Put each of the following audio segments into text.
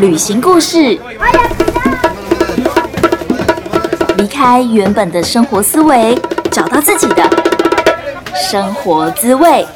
旅行故事，离开原本的生活思维，找到自己的生活滋味。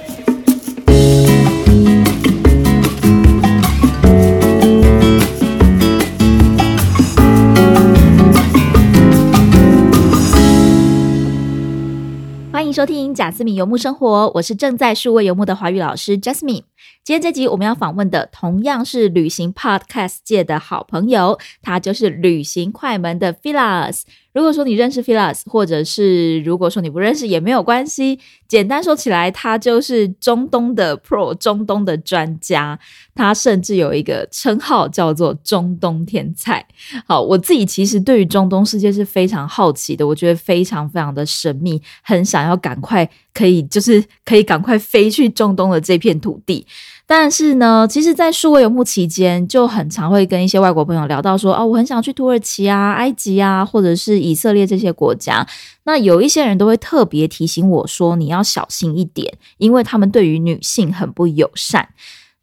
欢迎收听贾斯敏游牧生活，我是正在数位游牧的华语老师 Jasmine。今天这集我们要访问的同样是旅行 Podcast 界的好朋友，他就是旅行快门的 Philas。如果说你认识 Philas，或者是如果说你不认识也没有关系。简单说起来，他就是中东的 Pro，中东的专家。他甚至有一个称号叫做“中东天才”。好，我自己其实对于中东世界是非常好奇的，我觉得非常非常的神秘，很想要赶快可以就是可以赶快飞去中东的这片土地。但是呢，其实，在数位游牧期间，就很常会跟一些外国朋友聊到说，啊，我很想去土耳其啊、埃及啊，或者是以色列这些国家。那有一些人都会特别提醒我说，你要小心一点，因为他们对于女性很不友善。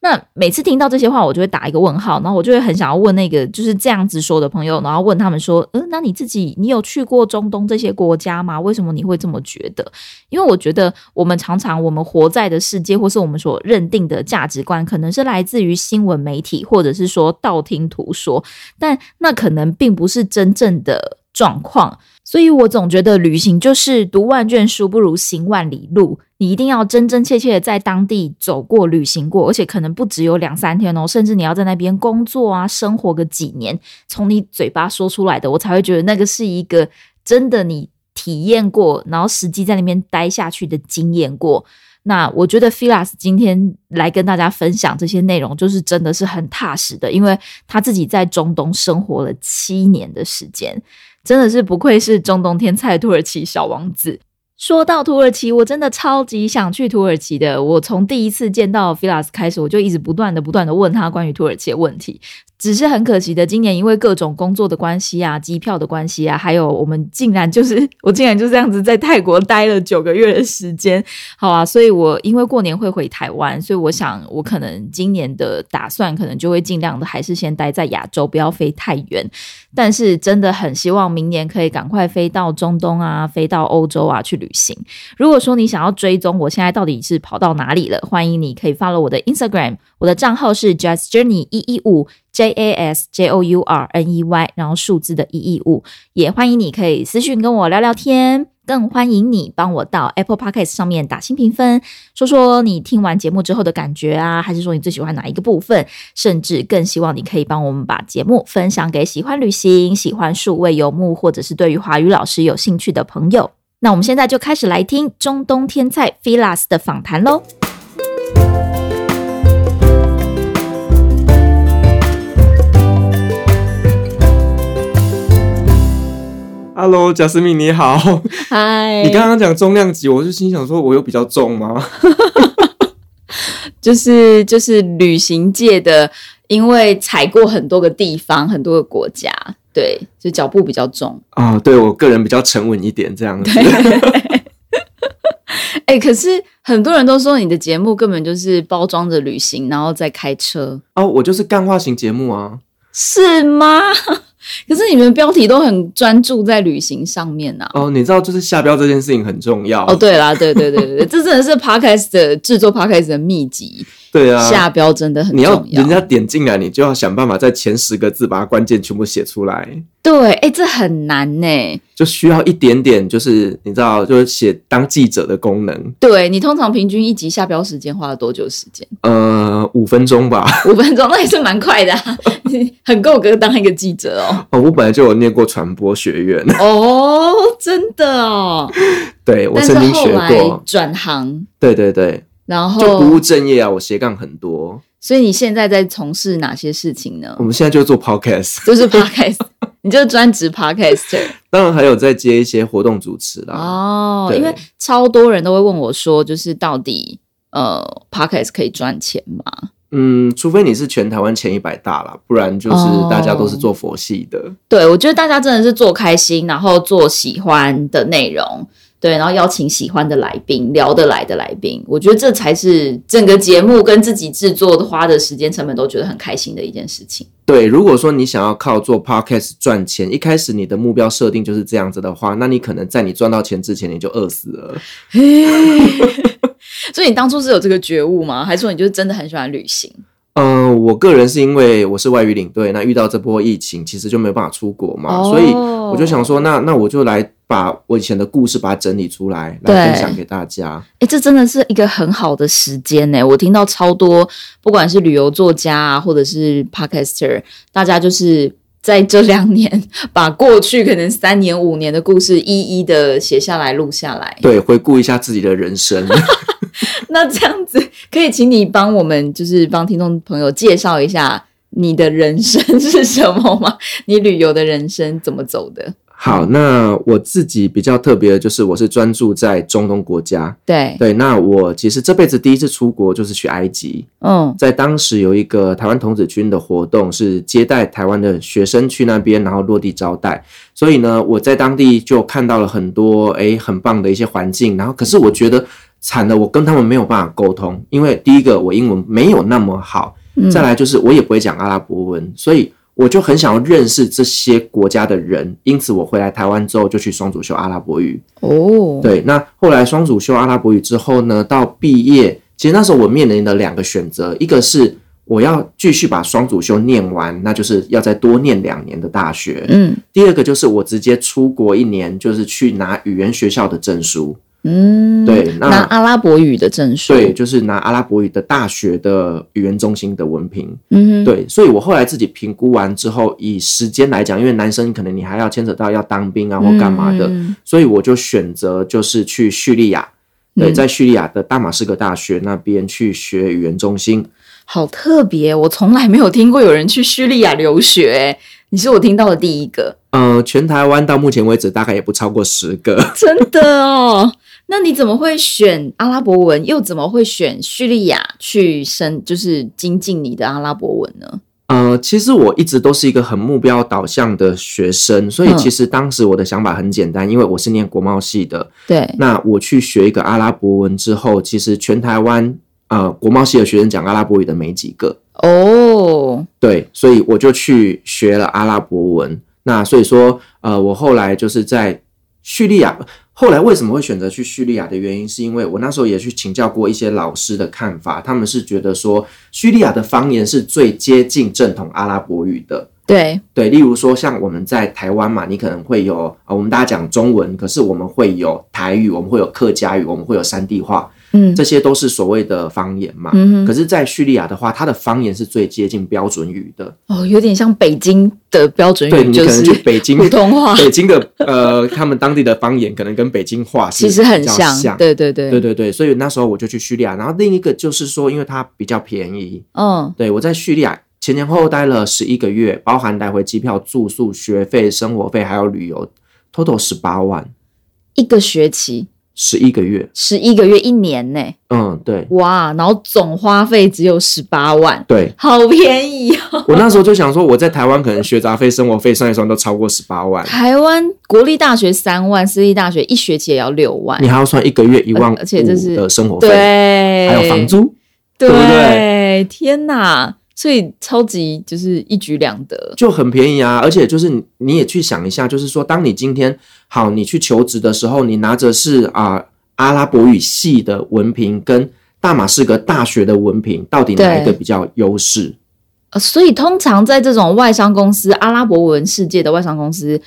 那每次听到这些话，我就会打一个问号，然后我就会很想要问那个就是这样子说的朋友，然后问他们说，嗯，那你自己你有去过中东这些国家吗？为什么你会这么觉得？因为我觉得我们常常我们活在的世界，或是我们所认定的价值观，可能是来自于新闻媒体，或者是说道听途说，但那可能并不是真正的状况。所以我总觉得旅行就是读万卷书不如行万里路，你一定要真真切切的在当地走过、旅行过，而且可能不只有两三天哦，甚至你要在那边工作啊、生活个几年，从你嘴巴说出来的，我才会觉得那个是一个真的你体验过，然后实际在那边待下去的经验过。那我觉得 Filas 今天来跟大家分享这些内容，就是真的是很踏实的，因为他自己在中东生活了七年的时间，真的是不愧是中东天才土耳其小王子。说到土耳其，我真的超级想去土耳其的。我从第一次见到 Filas 开始，我就一直不断的、不断的问他关于土耳其的问题。只是很可惜的，今年因为各种工作的关系啊、机票的关系啊，还有我们竟然就是 我竟然就这样子在泰国待了九个月的时间，好啊，所以我因为过年会回台湾，所以我想我可能今年的打算可能就会尽量的还是先待在亚洲，不要飞太远。但是真的很希望明年可以赶快飞到中东啊，飞到欧洲啊去旅行。如果说你想要追踪我现在到底是跑到哪里了，欢迎你可以 follow 我的 Instagram，我的账号是 Just Journey 一一五 J A S J O U R N E Y，然后数字的一一五，也欢迎你可以私讯跟我聊聊天。更欢迎你帮我到 Apple Podcast 上面打新评分，说说你听完节目之后的感觉啊，还是说你最喜欢哪一个部分？甚至更希望你可以帮我们把节目分享给喜欢旅行、喜欢数位游牧，或者是对于华语老师有兴趣的朋友。那我们现在就开始来听中东天才 Filas 的访谈喽。 Hello，贾斯敏你好。嗨你刚刚讲重量级，我就心想说，我有比较 重吗？就是就是旅行界的，因为踩过很多个地方，很多个国家，对，就脚步比较重。啊、对我个人比较沉稳一点，这样子。哎、可是很多人都说你的节目根本就是包装着旅行，然后再开车， 哦，我就是干化型节目啊。是吗？ 可是你们标题都很专注在旅行上面啊。哦，你知道，就是下标这件事情很重要。哦，对啦，对对对对对，这真的是 podcast 的制作 podcast 的秘籍，对啊，下标真的很你要重要。人家点进来，你就要想办法在前十个字把它关键全部写出来，对，哎、这很难呢。就需要一点点，就是你知道，就是写当记者的功能。对你通常平均一集下标时间花了多久时间？呃，五分钟吧。 五分钟，那也是蛮快的、啊， 你很够格当一个记者哦。哦，我本来就有念过传播学院，哦，真的哦，对我但是曾经后学来过。转行，对对对，然就不务后，正业啊，我斜杠很多。所以你现在在从事哪些事情呢 我？们现在就做 podcast， 就是 podcast，你 就是专职 podcaster 当然还有在接一些活动主持啦。哦。啊对因为超多人都会问我说，就是到底呃 podcast 可以赚钱吗？嗯，除非你是全台湾前一百大啦，不然就是哦大家都是做佛系的。对我觉得大家真的是做开心，然后做喜欢的内容，对，然后邀请喜欢的来宾、聊得来的来宾，我觉得这才是整个节目跟自己制作花的时间成本都觉得很开心的一件事情。对，如果说你想要靠做 podcast 赚钱，一开始你的目标设定就是这样子的话，那你可能在你赚到钱之前你就饿死了。所以你当初是有这个觉悟吗？还是说你就是真的很喜欢旅行？嗯、我个人是因为我是外语领队，那遇到这波疫情，其实就没有办法出国嘛，所以哦我就想说，那那我就来把我以前的故事把它整理出来，来分对享给大家。哎，这真的是一个很好的时间呢。我听到超多，不管是旅游作家啊，或者是 podcaster，大家就是在这两年 把过去可能三年、五年的故事一一的写下来、录下来。对，回顾一下自己的人生。 那这样子，可以请你帮我们，就是帮听众朋友介绍一下你的人生 是什么吗？你旅游的人生怎么走的？好，那我自己比较特别的就是，我是专注在中东国家。对，对，那我其实这辈子第一次出国就是去埃及，嗯，在当时有一个台湾童子军的活动，是接待台湾的学生去那边，然后落地招待。所以呢，我在当地就看到了很多诶很棒的一些环境，然后可是我觉得惨了，我跟他们没有办法沟通，因为第一个我英文没有那么好，嗯再来就是我也不会讲阿拉伯文，所以我就很想要认识这些国家的人，因此我回来台湾之后就去双主修阿拉伯语。哦，对，那后来双主修阿拉伯语之后呢，到毕业，其实那时候我面临的两个选择，一个是我要继续把双主修念完，那就是要再多念两年的大学；嗯第二个就是我直接出国一年，就是去拿语言学校的证书。嗯，对那拿阿拉伯语的证书，对，，就是拿阿拉伯语的大学的语言中心的文凭。嗯哼，对，所以我后来自己评估完之后，以时间来讲，因为男生可能你还要牵扯到要当兵啊或干嘛的，嗯所以我就选择就是去叙利亚，对，嗯在叙利亚的大马士革大学那边去学语言中心。好特别，我从来没有听过有人去叙利亚留学、欸。你是我听到的第一个，呃，全台湾到目前为止大概也不超过十个。真的哦。 那你怎么会选阿拉伯文，又怎么会选叙利亚去深，就是精进你的阿拉伯文呢？呃，其实我一直都是一个很目标导向的学生，所以嗯其实当时我的想法很简单，因为我是念国贸系的，对，那我去学一个阿拉伯文之后，其实全台湾呃国贸系的学生讲阿拉伯语的没几个，哦，对，所以我就去学了阿拉伯文。那所以说，呃，我后来就是在叙利亚。后来为什么会选择去叙利亚的原因，是因为我那时候也去请教过一些老师的看法，他们是觉得说叙利亚的方言是最接近正统阿拉伯语的。对，对，例如说像我们在台湾嘛，你可能会有啊、我们大家讲中文，可是我们会有台语，我们会有客家语，我们会有山地话，嗯这些都是所谓的方言嘛。嗯可哼，是，在叙利亚的话，它的方言是最接近标准语的。哦，有点像北京的标准对语，你哎就可能是去北京， 普通 话，北京的呃，他们当地的方言可能跟北京话是 其实很比较像，像。对对对，对对对，所以那时候我就去叙利亚，然后另一个就是说，因为它比较便宜，嗯，对我在叙利亚前前后后待了十一个月，包含来回机票、住宿、学费、生活费还有旅游，total 十八万，一个学期十一个月。十一个月，一年呢、嗯，对哇，然后总花费只有十八万，对， 好便宜哦！我那时候就想说，我在台湾可能学杂费、生活费算一算都超过十八万，台湾国立大学三万，私立大学一学期也要六万你，还要算一个月一万而且这是五的生活费，对，还有房，租。对对不天哪！所以超级就是一举两得，就很便宜啊，而且就是你你也去想一下，就是说，当你今天好，你去求职的时候，你拿着是啊、阿拉伯语系的文凭跟大马士革大学的文凭，到底哪一个对比较有优势？呃所以通常在这种外商公司，阿拉伯文世界的外商公司，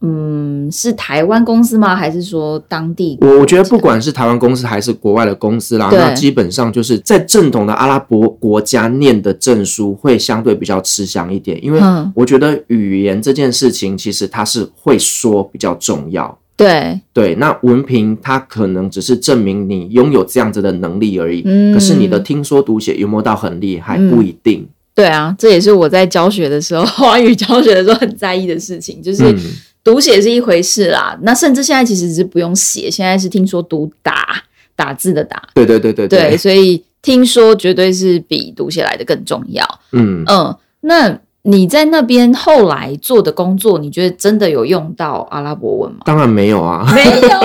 嗯，是台湾公司吗？还是说当地？我我觉得不管是台湾公司还是国外的公司啦，对那基本上就是在正统的阿拉伯国家念的证书会相对比较吃香一点，因为嗯我觉得语言这件事情其实它是会说比较重要。对，对，那文凭它可能只是证明你拥有这样子的能力而已，嗯可是你的听说读写有没有到很厉害，嗯不一定。对啊，这也是我在教学的时候，华语教学的时候很在意的事情，就是嗯读写是一回事啦。那甚至现在其实是不用写，现在是听说读打打字的打，对对对对对，所以听说绝对是比读写来的更重要。嗯，嗯，那你在那边后来做的工作，你觉得真的有用到阿拉伯文吗？当然没有啊， 没有，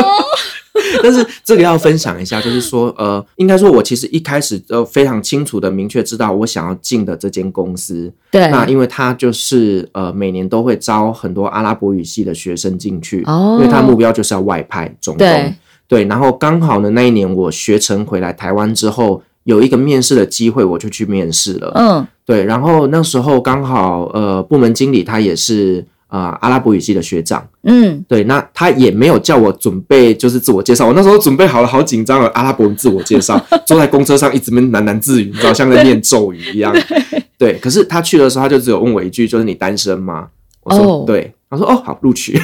但是这个要分享一下，就是说，呃，应该说，我其实一开始呃非常清楚的明确知道我想要进的这间公司，对，那因为它就是呃每年都会招很多阿拉伯语系的学生进去，哦因为它目标就是要外派中对东。对，然后刚好呢那一年我学成回来台湾之后，有一个面试的机会，我就去面试了。嗯，对，然后那时候刚好呃部门经理他也是啊、呃阿拉伯语系的学长。嗯，对，那他也没有叫我准备，就是自我介绍。我那时候准备好了，好紧张啊！阿拉伯文自我介绍，坐在公车上一直闷喃喃自语，你知道，像在念咒语一样。 对，可是他去的时候，他就只有问我一句，就是你单身吗？我说、哦对，他说哦，好，录取。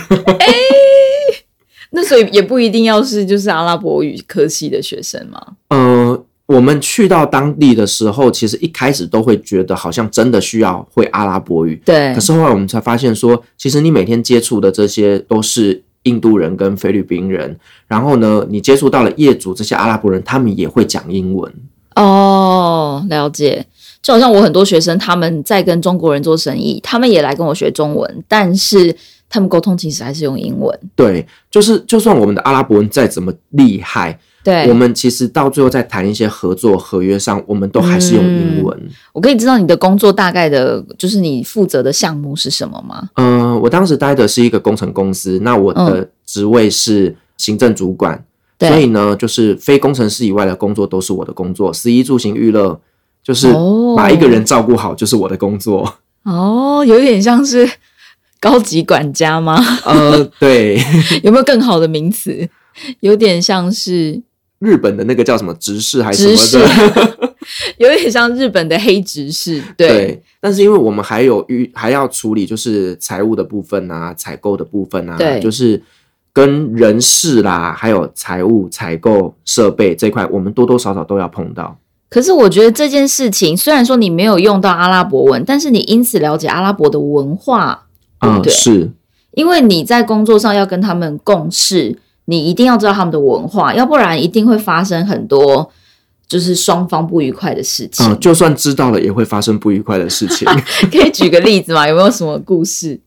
那所以也不一定要是就是阿拉伯语科系的学生嘛。呃，我们去到当地的时候，其实一开始都会觉得好像真的需要会阿拉伯语，对可是后来我们才发现说，其实你每天接触的这些都是印度人跟菲律宾人，然后呢，你接触到了业主这些阿拉伯人，他们也会讲英文。哦，了解。就好像我很多学生他们在跟中国人做生意，他们也来跟我学中文，但是他们沟通其实还是用英文。对，就是就算我们的阿拉伯人再怎么厉害，对，我们其实到最后在谈一些合作合约上，我们都还是用英文。我可以知道你的工作大概的，就是你负责的项目是什么吗？嗯、我当时待的是一个工程公司，那我嗯的职位是行政主管，对所以呢，就是非工程师以外的工作都是我的工作，十一住行娱乐。就是哦把一个人照顾好，就是我的工作。 哦，有点像是高级管家吗？ 呃，对，有没有更好的名词？有点像是日本的那个叫什么执事还是执什事么的，，有点像日本的黑执事。对，对。但是因为我们还有遇还要处理就是财务的部分啊、采购的部分啊，对就是跟人事啦，还有财务、采购、设备这块，我们多多少少都要碰到。可是我觉得这件事情，虽然说你没有用到阿拉伯文，但是你因此了解阿拉伯的文化，对不嗯，对是，因为你在工作上要跟他们共事，你一定要知道他们的文化，要不然一定会发生很多就是双方不愉快的事情。嗯，就算知道了，也会发生不愉快的事情。 可以举个例子吗？有没有什么故事？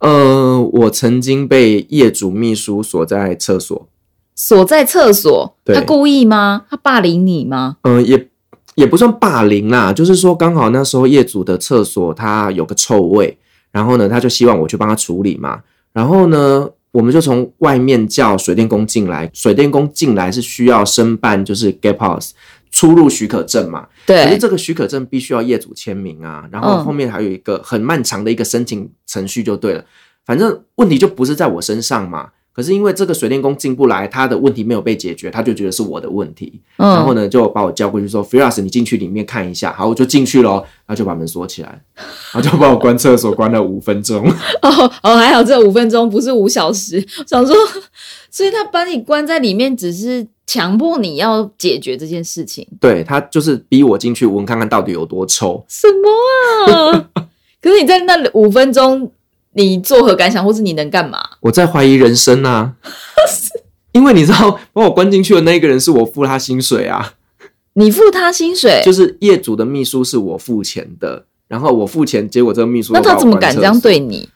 呃，我曾经被业主秘书锁在厕所，锁在厕所，对他故意吗？他霸凌你吗？嗯，也也不算霸凌啦，就是说刚好那时候业主的厕所它有个臭味，然后呢，他就希望我去帮他处理嘛。然后呢，我们就从外面叫水电工进来，水电工进来是需要申办就是 gap house 出入许可证嘛，可是对，嗯这个许可证必须要业主签名啊，然后后面还有一个很漫长的一个申请程序就对了。反正问题就不是在我身上嘛，可是因为这个水电工进不来，他的问题没有被解决，他就觉得是我的问题。然后嗯，呢，就把我叫过去说：“Firas，你进去里面看一下。”好，我就进去咯，然后就把门锁起来， 然后就把我关厕所，关了五分 钟。哦哦，还好这五分钟不是五小时。想说，所以他把你关在里面，只是强迫你要解决这件事情，对他就是逼我进去闻看看到底有多臭。什么 啊？可是你在那五分钟，你作何感想，或是你能干嘛？我在怀疑人生 啊，因为你知道把我关进去的那一个人是我付他薪水啊，你付他薪水，就是业主的秘书是我付钱的，然后我付钱，结果这个秘书那又把他我怎么关敢厕这样所？对你？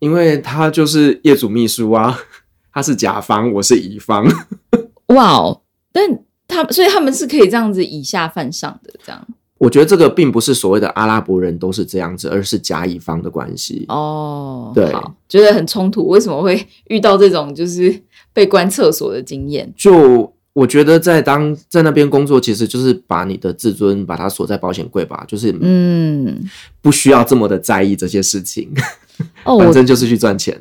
因为他就是业主秘书啊， 他是甲方，我是乙方。 哇哦！但他所以他们是可以这样子以下犯上的，这样我觉得这个并不是所谓的阿拉伯人都是这样子，而是甲乙方的关系。哦。对好觉得很冲突。为什么会遇到这种就是被关厕所的经验？嗯就我觉得在当在那边工作，其实就是把你的自尊把它锁在保险柜吧，就是嗯，不需要这么的在意这些事情，哦，反我正就是去赚钱，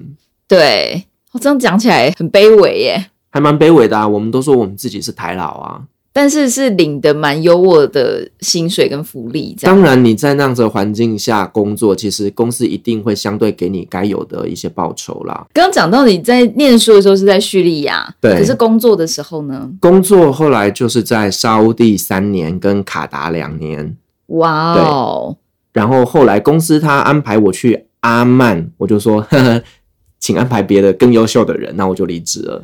对，我这样讲起来很卑微耶，还蛮卑微的啊。我们都说我们自己是台老啊，但是是领的蛮优渥的薪水跟福利，这样当然你在那样子的环境下工作，其实公司一定会相对给你该有的一些报酬啦。刚刚讲到你在念书的时候是在叙利亚，对可是工作的时候呢？工作后来就是在沙乌地三年跟卡达两年，哇哦，然后后来公司他安排我去阿曼，我就说呵呵，请安排别的更优秀的人，那我就离职了。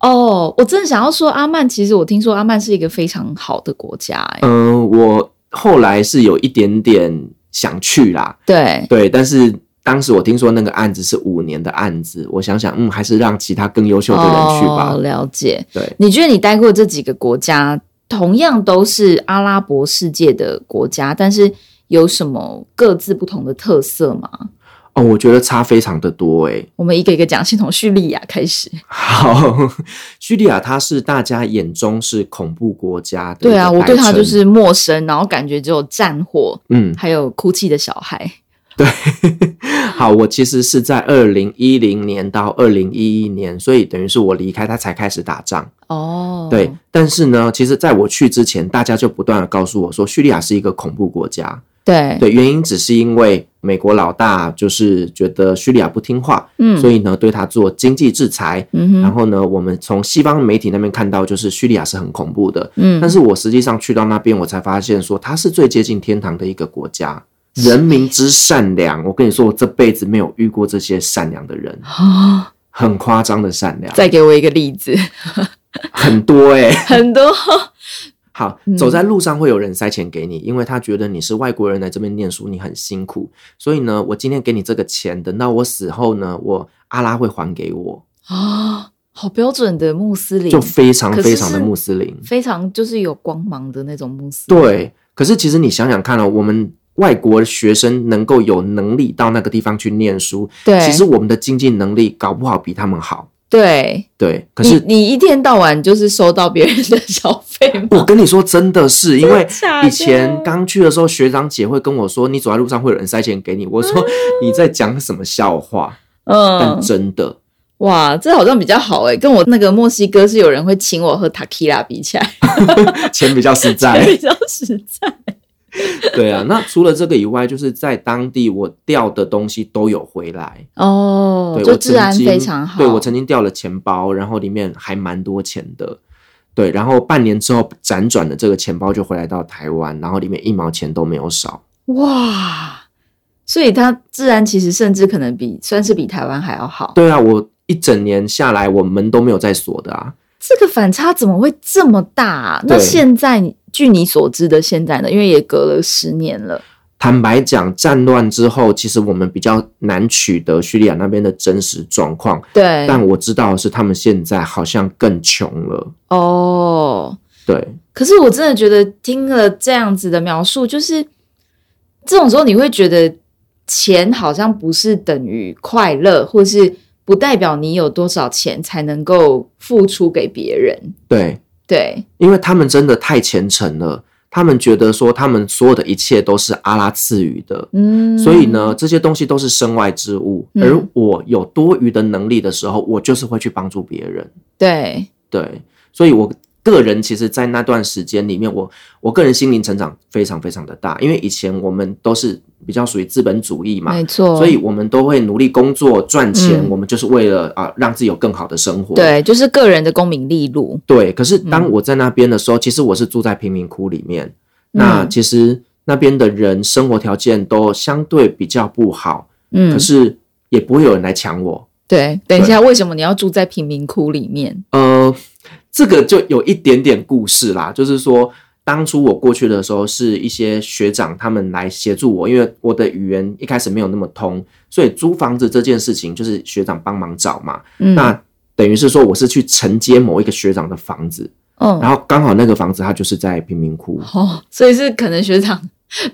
哦，我真的想要说阿曼，其实我听说阿曼是一个非常好的国家，哎、呃嗯、我后来是有一点点想去啦，对，对，但是当时我听说那个案子是五年的案子，我想想，嗯，还是让其他更优秀的人去吧。哦，了解。对，你觉得你待过这几个国家，同样都是阿拉伯世界的国家，但是有什么各自不同的特色吗？哦，我觉得差非常的多诶、我们一个一个讲，先从叙利亚开始。好，叙利亚它是大家眼中是恐怖国家的一个对代称，啊，我对它就是陌生，然后感觉只有战火，嗯，还有哭泣的小孩。好，我其实是在二零一零年到二零一一年，所以等于是我离开他才开始打仗。哦，对，但是呢，其实在我去之前，大家就不断的告诉我说，叙利亚是一个恐怖国家。对，对，原因只是因为美国老大就是觉得叙利亚不听话，嗯，所以呢对他做经济制裁。嗯哼，然后呢，我们从西方媒体那边看到，就是叙利亚是很恐怖的。嗯，但是我实际上去到那边，我才发现说，它是最接近天堂的一个国家。人民之善良，我跟你说，我这辈子没有遇过这些善良的人，啊，很夸张的善良，再给我一个例子，很多哎、 很多 好，嗯走在路上会有人塞钱给你，因为他觉得你是外国人来这边念书，你很辛苦，所以呢，我今天给你这个钱，等到我死后呢，我阿拉会还给我，啊，好标准的穆斯林，就非常可是非常的是穆斯林。非常就是有光芒的那种穆斯林。对，可是其实你想想看哦，我们外国学生能够有能力到那个地方去念书，对，其实我们的经济能力搞不好比他们好。对，对，可是你你一天到晚就是收到别人的小费我吗？跟你说，真的是因为假的以前刚去的时候，学长姐会跟我说，你走在路上会有人塞钱给你。我啊说你在讲什么笑话？但嗯，真的，哇，这好像比较好哎，跟我那个墨西哥是有人会请我喝塔 q 拉比起来，钱比较实在 比。较实在。对啊，那除了这个以外，就是在当地我掉的东西都有回来。哦，对，就我治安曾经非常好。对我曾经掉了钱包，然后里面还蛮多钱的。对，然后半年之后辗转的这个钱包就回来到台湾，然后里面一毛钱都没有少。哇，所以它治安其实甚至可能比算是比台湾还要好。对啊，我一整年下来，我门都没有再锁的啊。这个反差怎么会这么大、啊？那对现在你据你所知的现在呢？因为也隔了十年了，坦白讲，战乱之后，其实我们比较难取得叙利亚那边的真实状况。对，但我知道的是，他们现在好像更穷了。哦，对，可是我真的觉得听了这样子的描述，就是这种时候你会觉得钱好像不是等于快乐，或是不代表你有多少钱才能够付出给别人。对，对，因为他们真的太虔诚了，他们觉得说他们所有的一切都是阿拉赐予的，嗯，所以呢，这些东西都是身外之物。嗯而我有多余的能力的时候，我就是会去帮助别人。对，对，所以我个人其实，在那段时间里面，我我个人心灵成长非常非常的大，因为以前我们都是比较属于资本主义嘛。没错，所以我们都会努力工作赚钱，嗯我们就是为了啊、让自己有更好的生活。对，就是个人的功名利禄，对，可是当嗯我在那边的时候，其实我是住在贫民窟里面。那嗯其实那边的人生活条件都相对比较不好，嗯可，是也不会有人来抢我。对，等一下，为什么你要住在贫民窟里 面？呃，这个就有一点点故事啦，就是说。当初我过去的时候，是一些学长他们来协助我，因为我的语言一开始没有那么通，所以租房子这件事情就是学长帮忙找嘛。嗯，那等于是说我是去承接某一个学长的房子，嗯，然后刚好那个房子它就是在贫民窟，哦，所以是可能学长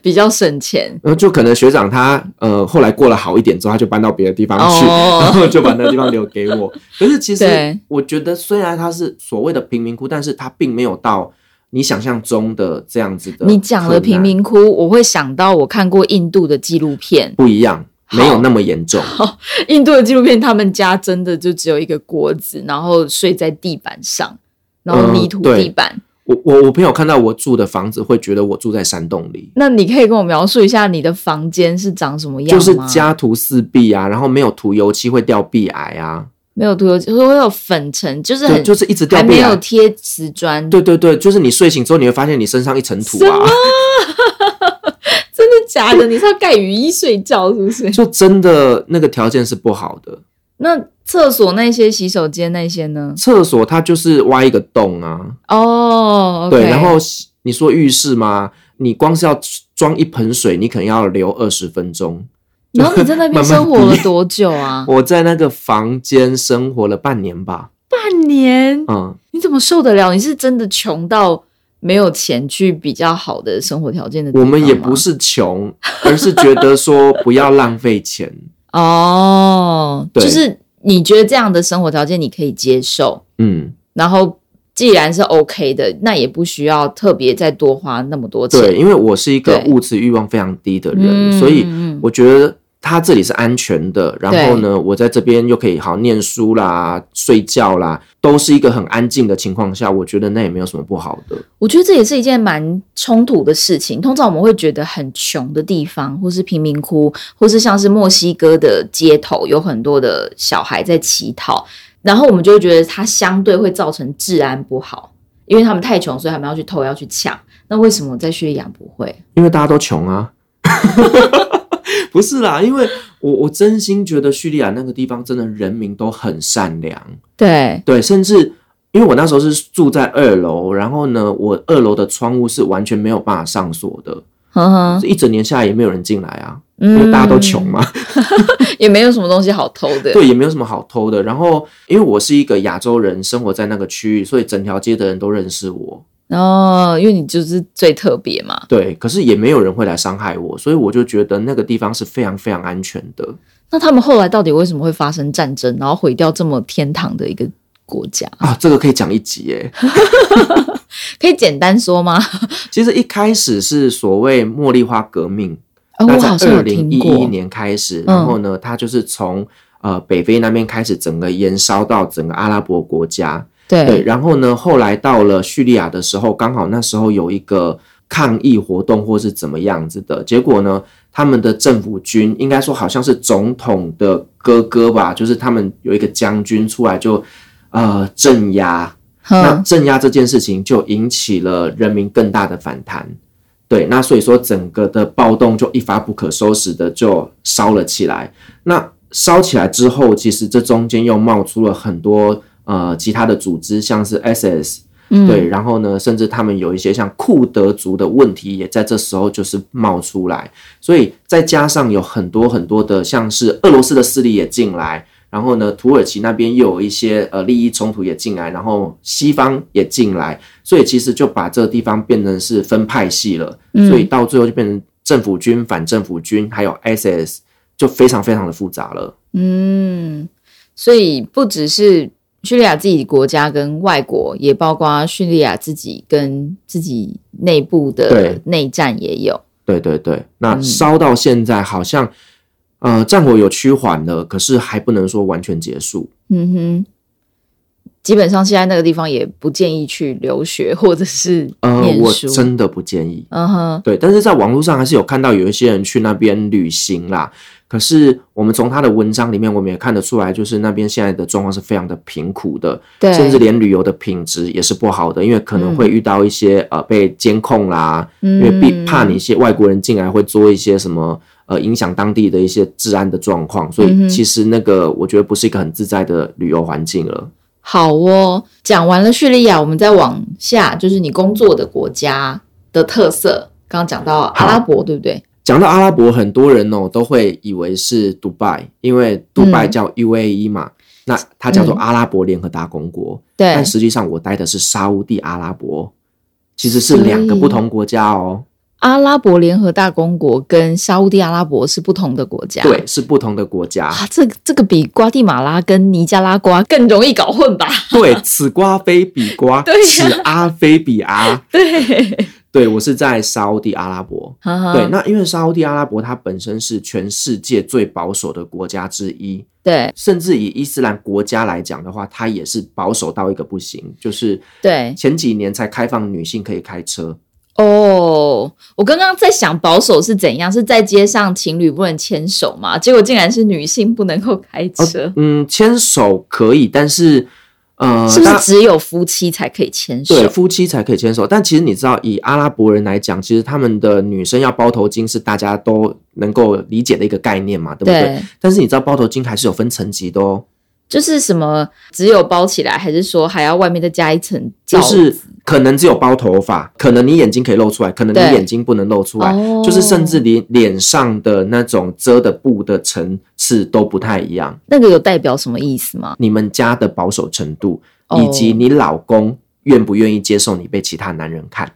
比较省钱然后呃就可能学长他呃后来过了好一点之后，他就搬到别的地方去，然哦，后 就把那个地方留给 我。可是其对实我觉得，虽然它是所谓的贫民窟，但是它并没有到你想象中的这样子的困难。你讲了贫民窟，我会想到我看过印度的纪录片，不一样，好没有那么严重。印度的纪录片，他们家真的就只有一个锅子，然后睡在地板上，然后嗯泥土对地板。我我我朋友看到我住的房子，会觉得我住在山洞里。那你可以跟我描述一下你的房间是长什么样就吗？是家徒四壁啊，然后没有涂油漆会掉壁癌啊，没有涂油漆，会有粉尘，就是对，很就是一直掉还没壁有癌。贴瓷砖，对对对，就是你睡醒之后，你会发现你身上一层土什啊么，真的假的？你是要盖雨衣睡觉是不是？就真的那个条件是不好的。那厕所那些、洗手间那些呢？厕所它就是挖一个洞啊，哦、o k 对，然后洗你说浴室吗？你光是要装一盆水，你可能要留二十分钟，你说你在那边生活了多久啊？我在那个房间生活了半年吧，半年，嗯，你怎么受得了？你是真的穷到没有钱去比较好的生活条件的地我方吗？们也不是穷，而是觉得说不要浪费 钱。哦，对就是你觉得这样的生活条件你可以接受，嗯，然后既然是 OK 的，那也不需要特别再多花那么多钱。对，因为我是一个对物质欲望非常低的人，嗯，所以嗯我觉得他这里是安全的，然后呢，我在这边又可以好好念书啦、睡觉啦，都是一个很安静的情况下，我觉得那也没有什么不好的。我觉得这也是一件蛮冲突的事情。通常我们会觉得很穷的地方，或是贫民窟，或是像是墨西哥的街头，有很多的小孩在乞讨，然后我们就会觉得它相对会造成治安不好，因为他们太穷，所以他们要去偷，要去抢。那为什么在叙利亚不会？因为大家都穷啊。 不是啦，因为我我真心觉得叙利亚那个地方真的人民都很善良，对，对，甚至因为我那时候是住在二楼，然后呢，我二楼的窗户是完全没有办法上锁的，呵呵，一整年下来也没有人进来啊，因为嗯大家都穷，嘛， 也没有什么东西好偷的。对，也没有什么好偷的。然后因为我是一个亚洲人，生活在那个区域，所以整条街的人都认识我，然后哦因为你就是最特别嘛。对，可是也没有人会来伤害我，所以我就觉得那个地方是非常非常安全的。那他们后来到底为什么会发生战争，然后毁掉这么天堂的一个国家？啊，这个可以讲一集 耶。可以简单说吗？其实一开始是所谓茉莉花革命，哦、那我在好像有二听零一过。嗯一年开始，然后呢，它就是从呃北非那边开始，整个延烧到整个阿拉伯国家。对对，然后呢，后来到了叙利亚的时候，刚好那时候有一个抗议活动或是怎么样子的，结果呢，他们的政府军应该说好像是总统的哥哥吧，就是他们有一个将军出来就呃镇压那哼，镇压这件事情就引起了人民更大的反弹，对，那所以说整个的暴动就一发不可收拾的就烧了起来。那烧起来之后，其实这中间又冒出了很多呃其他的组织，像是 SS，嗯，对，然后呢，甚至他们有一些像库德族的问题也在这时候就是冒出来，所以再加上有很多很多的像是俄罗斯的势力也进来，然后呢，土耳其那边又有一些呃利益冲突也进来，然后西方也进来，所以其实就把这个地方变成是分派系了，嗯所以到最后就变成政府军、反政府军，还有 SS，就非常非常的复杂了。嗯，所以不只是叙利亚自己国家跟外国，也包括叙利亚自己跟自己内部的对内战也有。对对对，那嗯烧到现在好像，呃，战火有趋缓了，可是还不能说完全结束。嗯哼，基本上现在那个地方也不建议去留学或者是呃，念我书。真的不建议。嗯哼，对，但是在网络上还是有看到有一些人去那边旅行啦。可是我们从他的文章里面，我们也看得出来，就是那边现在的状况是非常的贫苦的，对，甚至连旅游的品质也是不好的，因为可能会遇到一些、呃被监控啦，因为嗯避怕你一些外国人进来会做一些什么呃影响当地的一些治安的状况，所嗯哼以其实那个我觉得不是一个很自在的旅游环境了。好哦，讲完了叙利亚，我们再往下就是你工作的国家的特色。刚刚讲到阿拉伯，对不对？讲到阿拉伯，很多人哦都会以为是杜拜，因为杜拜嗯叫 UAE 嘛，那它叫做嗯阿拉伯联合大公国，对但，实际上我待的是沙乌地阿拉伯，其实是所以两个不同国家哦，阿拉伯联合大公国跟沙烏地阿拉伯是不同的国家。对，是不同的国家。啊，这这个比瓜地马拉跟尼加拉瓜更容易搞混吧？对，此瓜非彼瓜， 对呀此阿非彼阿。 对，嗯对我是在沙烏地阿拉伯。哈哈对，那因为沙烏地阿拉伯它本身是全世界最保守的国家之一，对甚至以伊斯兰国家来讲的话，它也是保守到一个不行，就是对前几年才开放女性可以开车。哦，我刚刚在想保守是怎样，是在街上情侣不能牵手嘛？结果竟然是女性不能够开车，嗯，牵手可以，但是呃，是不是大只有夫妻才可以牵手？对，夫妻才可以牵手，但其实你知道，以阿拉伯人来讲，其实他们的女生要包头巾是大家都能够理解的一个概念嘛，对不对？对但是你知道包头巾还是有分层级的哦。就是什么只有包起来，还是说还要外面再加一层罩就子？是可能只有包头发，可能你眼睛可以露出来，可能你对眼睛不能露出来，哦就是甚至连脸上的那种遮的布的层次都不太一样。那个有代表什么意思吗？你们家的保守程度，哦以及你老公愿不愿意接受你被其他男人看，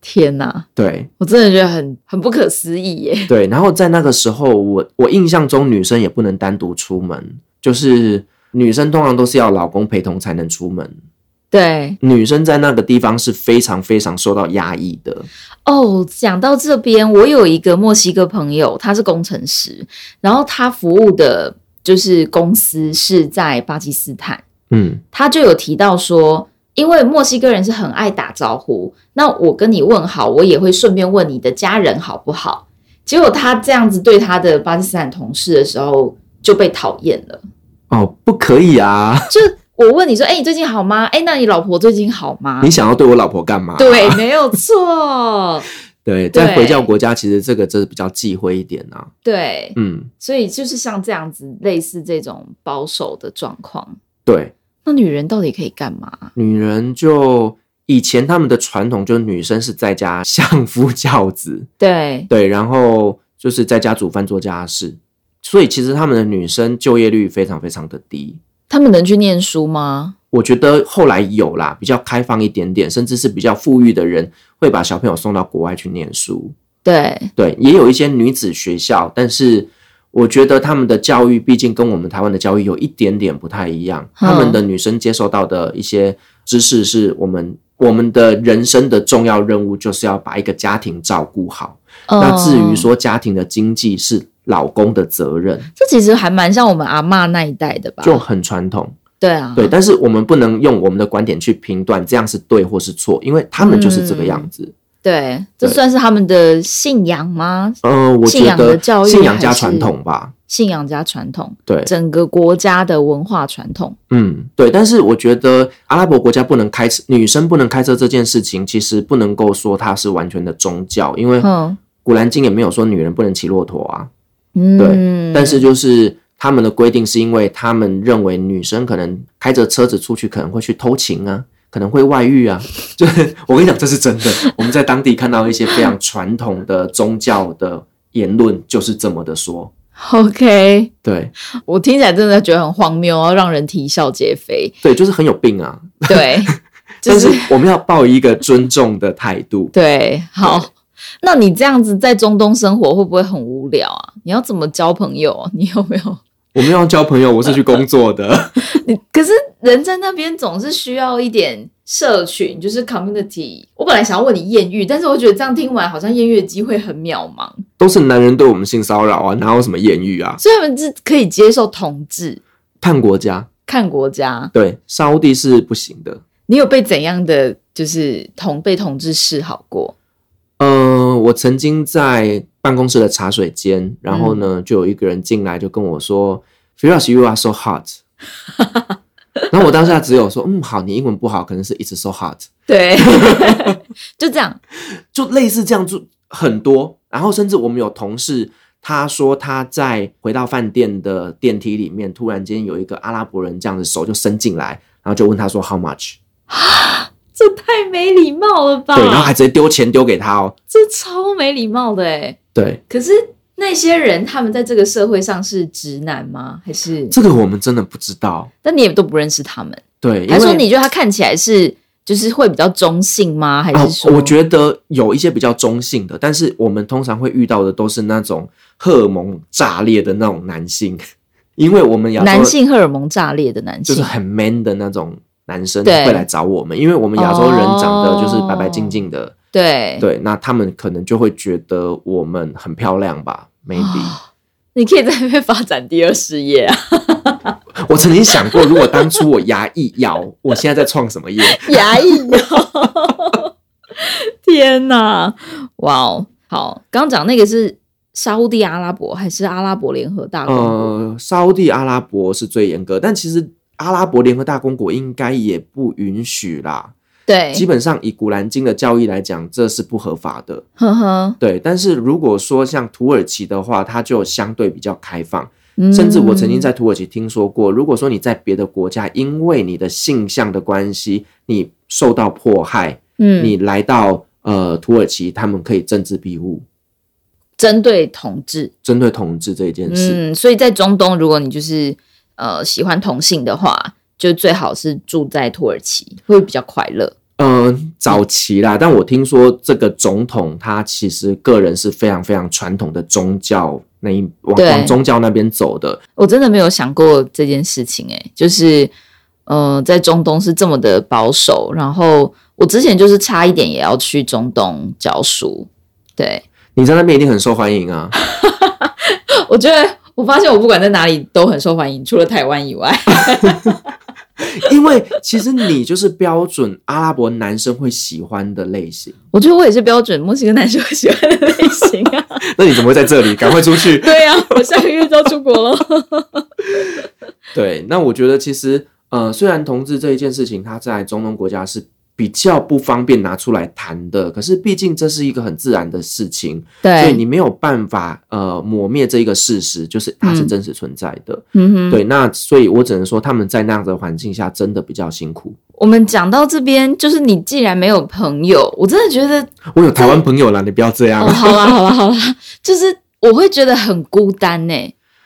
天哪，对我真的觉得很很不可思议耶！对。然后在那个时候，我我印象中女生也不能单独出门，就是女生通常都是要老公陪同才能出门。对，女生在那个地方是非常非常受到压抑的，哦，讲到这边，我有一个墨西哥朋友，他是工程师，然后他服务的就是公司是在巴基斯坦，嗯他就有提到说，因为墨西哥人是很爱打招呼，那我跟你问好，我也会顺便问你的家人好不好。结果他这样子对他的巴基斯坦同事的时候就被讨厌了。哦，不可以啊！就我问你说，哎、你最近好吗？哎、那你老婆最近好吗你？想要对我老婆干嘛？对，没有错，对，在对回教国家，其实这个真的比较忌讳一点啊。对。嗯，所以就是像这样子，类似这种保守的状况，对，那女人到底可以干嘛？女人就以前他们的传统就是女生是在家相夫教子， 对，对，然后就是在家煮饭做家事，所以其实他们的女生就业率非常非常的低。她们能去念书吗？我觉得后来有啦，比较开放一点点，甚至是比较富裕的人会把小朋友送到国外去念书。对，对，也有一些女子学校，但是我觉得他们的教育毕竟跟我们台湾的教育有一点点不太一样。他们的女生接受到的一些知识，是我们我们的人生的重要任务，就是要把一个家庭照顾好。那至于嗯，说家庭的经济是老公的责任，这其实还蛮像我们阿嬷那一代的吧？就很传统。对啊，对，但是我们不能用我们的观点去评断这样是对或是错，因为他们就是嗯这个样子。对，这对算是他们的信仰吗？嗯、我信觉仰的得教育信仰加还是传统吧。信仰加传统，对，整个国家的文化传统。嗯，对，但是我觉得阿拉伯国家不能开车，女生不能开车这件事情，其实不能够说它是完全的宗教，因为嗯古兰经也没有说女人不能骑骆驼啊。嗯，但是就是他们的规定，是因为他们认为女生可能开着车子出去，可能会去偷情啊，可能会外遇啊。 就是我跟你讲，这是真的。我们在当地看到一些非常传统的宗教的言论，就是这么的说。 OK，对我听起来真的觉得很荒谬，要让人啼笑皆非。对，就是很有病啊。 对，就但是是我们要抱一个尊重的态 度。对，好。那你这样子在中东生活会不会很无聊啊？你要怎么交朋友啊？你有没有？我没有要交朋友，我是去工作的。你 可是人在那边总是需要一点社群，就是 community。我本来想要问你艳遇，但是我觉得这样听完好像艳遇的机会很渺茫， 都是男人对我们性骚扰啊，哪有什么艳遇啊？所以他们是可以接受同志，看国家，看国家。对，沙烏地是不行的。你有被怎样的就是同被同志示好过？呃，我曾经在办公室的茶水间，然后呢，嗯就有一个人进来就跟我说，Firas, you are so hot。然后我当下只有说，嗯，好，你英文不好，可能是一直 so hot，对， 就这样。就类似这样就很多。然后甚至我们有同事，他说他在回到饭店的电梯里面，突然间有一个阿拉伯人这样子手就伸进来，然后就问他说 how much，这太没礼貌了吧？对，然后还直接丢钱丢给他哦，这超没礼貌的哎、对，可是那些人，他们在这个社会上是直男吗？还是？这个我们真的不知道，但你也都不认识他们，对，因还是说为。你觉得他看起来是就是会比较中性吗？还啊是说？，我觉得有一些比较中性的，但是我们通常会遇到的都是那种荷尔蒙炸裂的那种男性，因为我们亚洲男性荷尔蒙炸裂的男就性，是很 man 的那种男生对会来找我们，因为我们亚洲人长得就是哦白白净净的，对，对，那他们可能就会觉得我们很漂亮吧，maybe。哦你可以在那边发展第二事业啊， 我曾经想过，如果当初我牙一咬，我现在在创什么业？牙医哦。 天哪，哇哦，好，刚刚讲那个是沙烏地阿拉伯还是阿拉伯联合大公国？呃，沙烏地阿拉伯是最严格，但其实阿拉伯联合大公国应该也不允许啦。对，基本上以古兰经的教义来讲，这是不合法的。呵呵，对，但是如果说像土耳其的话，它就相对比较开放，嗯甚至我曾经在土耳其听说过，如果说你在别的国家，因为你的性向的关系，你受到迫害，嗯，你来到呃土耳其，他们可以政治庇护，针对同志，针对同志这一件事。嗯，所以在中东，如果你就是呃喜欢同性的话，就最好是住在土耳其，会比较快乐。呃，早期啦，但我听说这个总统他其实个人是非常非常传统的宗教那一往对往宗教那边走的，我真的没有想过这件事情、欸，就是，呃，在中东是这么的保守，然后我之前就是差一点也要去中东教书，对你在那边一定很受欢迎 啊。我觉得我发现我不管在哪里都很受欢迎，除了台湾以外，因为其实你就是标准阿拉伯男生会喜欢的类型。 我觉得我也是标准墨西哥男生会喜欢的类型啊，那你怎么会在这里？赶快出去！ 对啊，我下个月就要出 国了，对，那我觉得其实呃，虽然同志这一件事情，它在中东国家是比较不方便拿出来谈的，可是毕竟这是一个很自然的事情，所以你没有办法呃抹灭这一个事实，就是它是嗯真实存在的。嗯哼，对，那所以我只能说他们在那样的环境下真的比较辛苦。我们讲到这边，就是你既然没有朋友，我真的觉得我有台湾朋友啦，你不要这样。哦，好啦，好啦，好啦，就是我会觉得很孤单呢、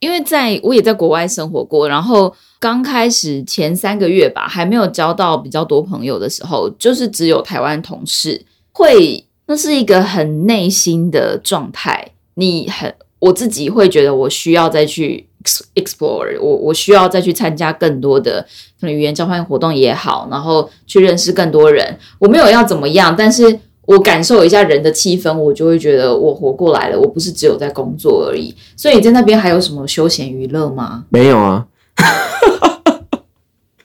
因为在我也在国外生活过，然后刚开始前三个月吧，还没有交到比较多朋友的时候，就是只有台湾同事会，那是一个很内心的状态，你很我自己会觉得我需要再去 ex- explore，我我需要再去参加更多的可能语言交换活动也好，然后去认识更多人。我没有要怎么样，但是我感受一下人的气氛，我就会觉得我活过来了，我不是只有在工作而已。所以你在那边还有什么休闲娱乐吗？没有啊，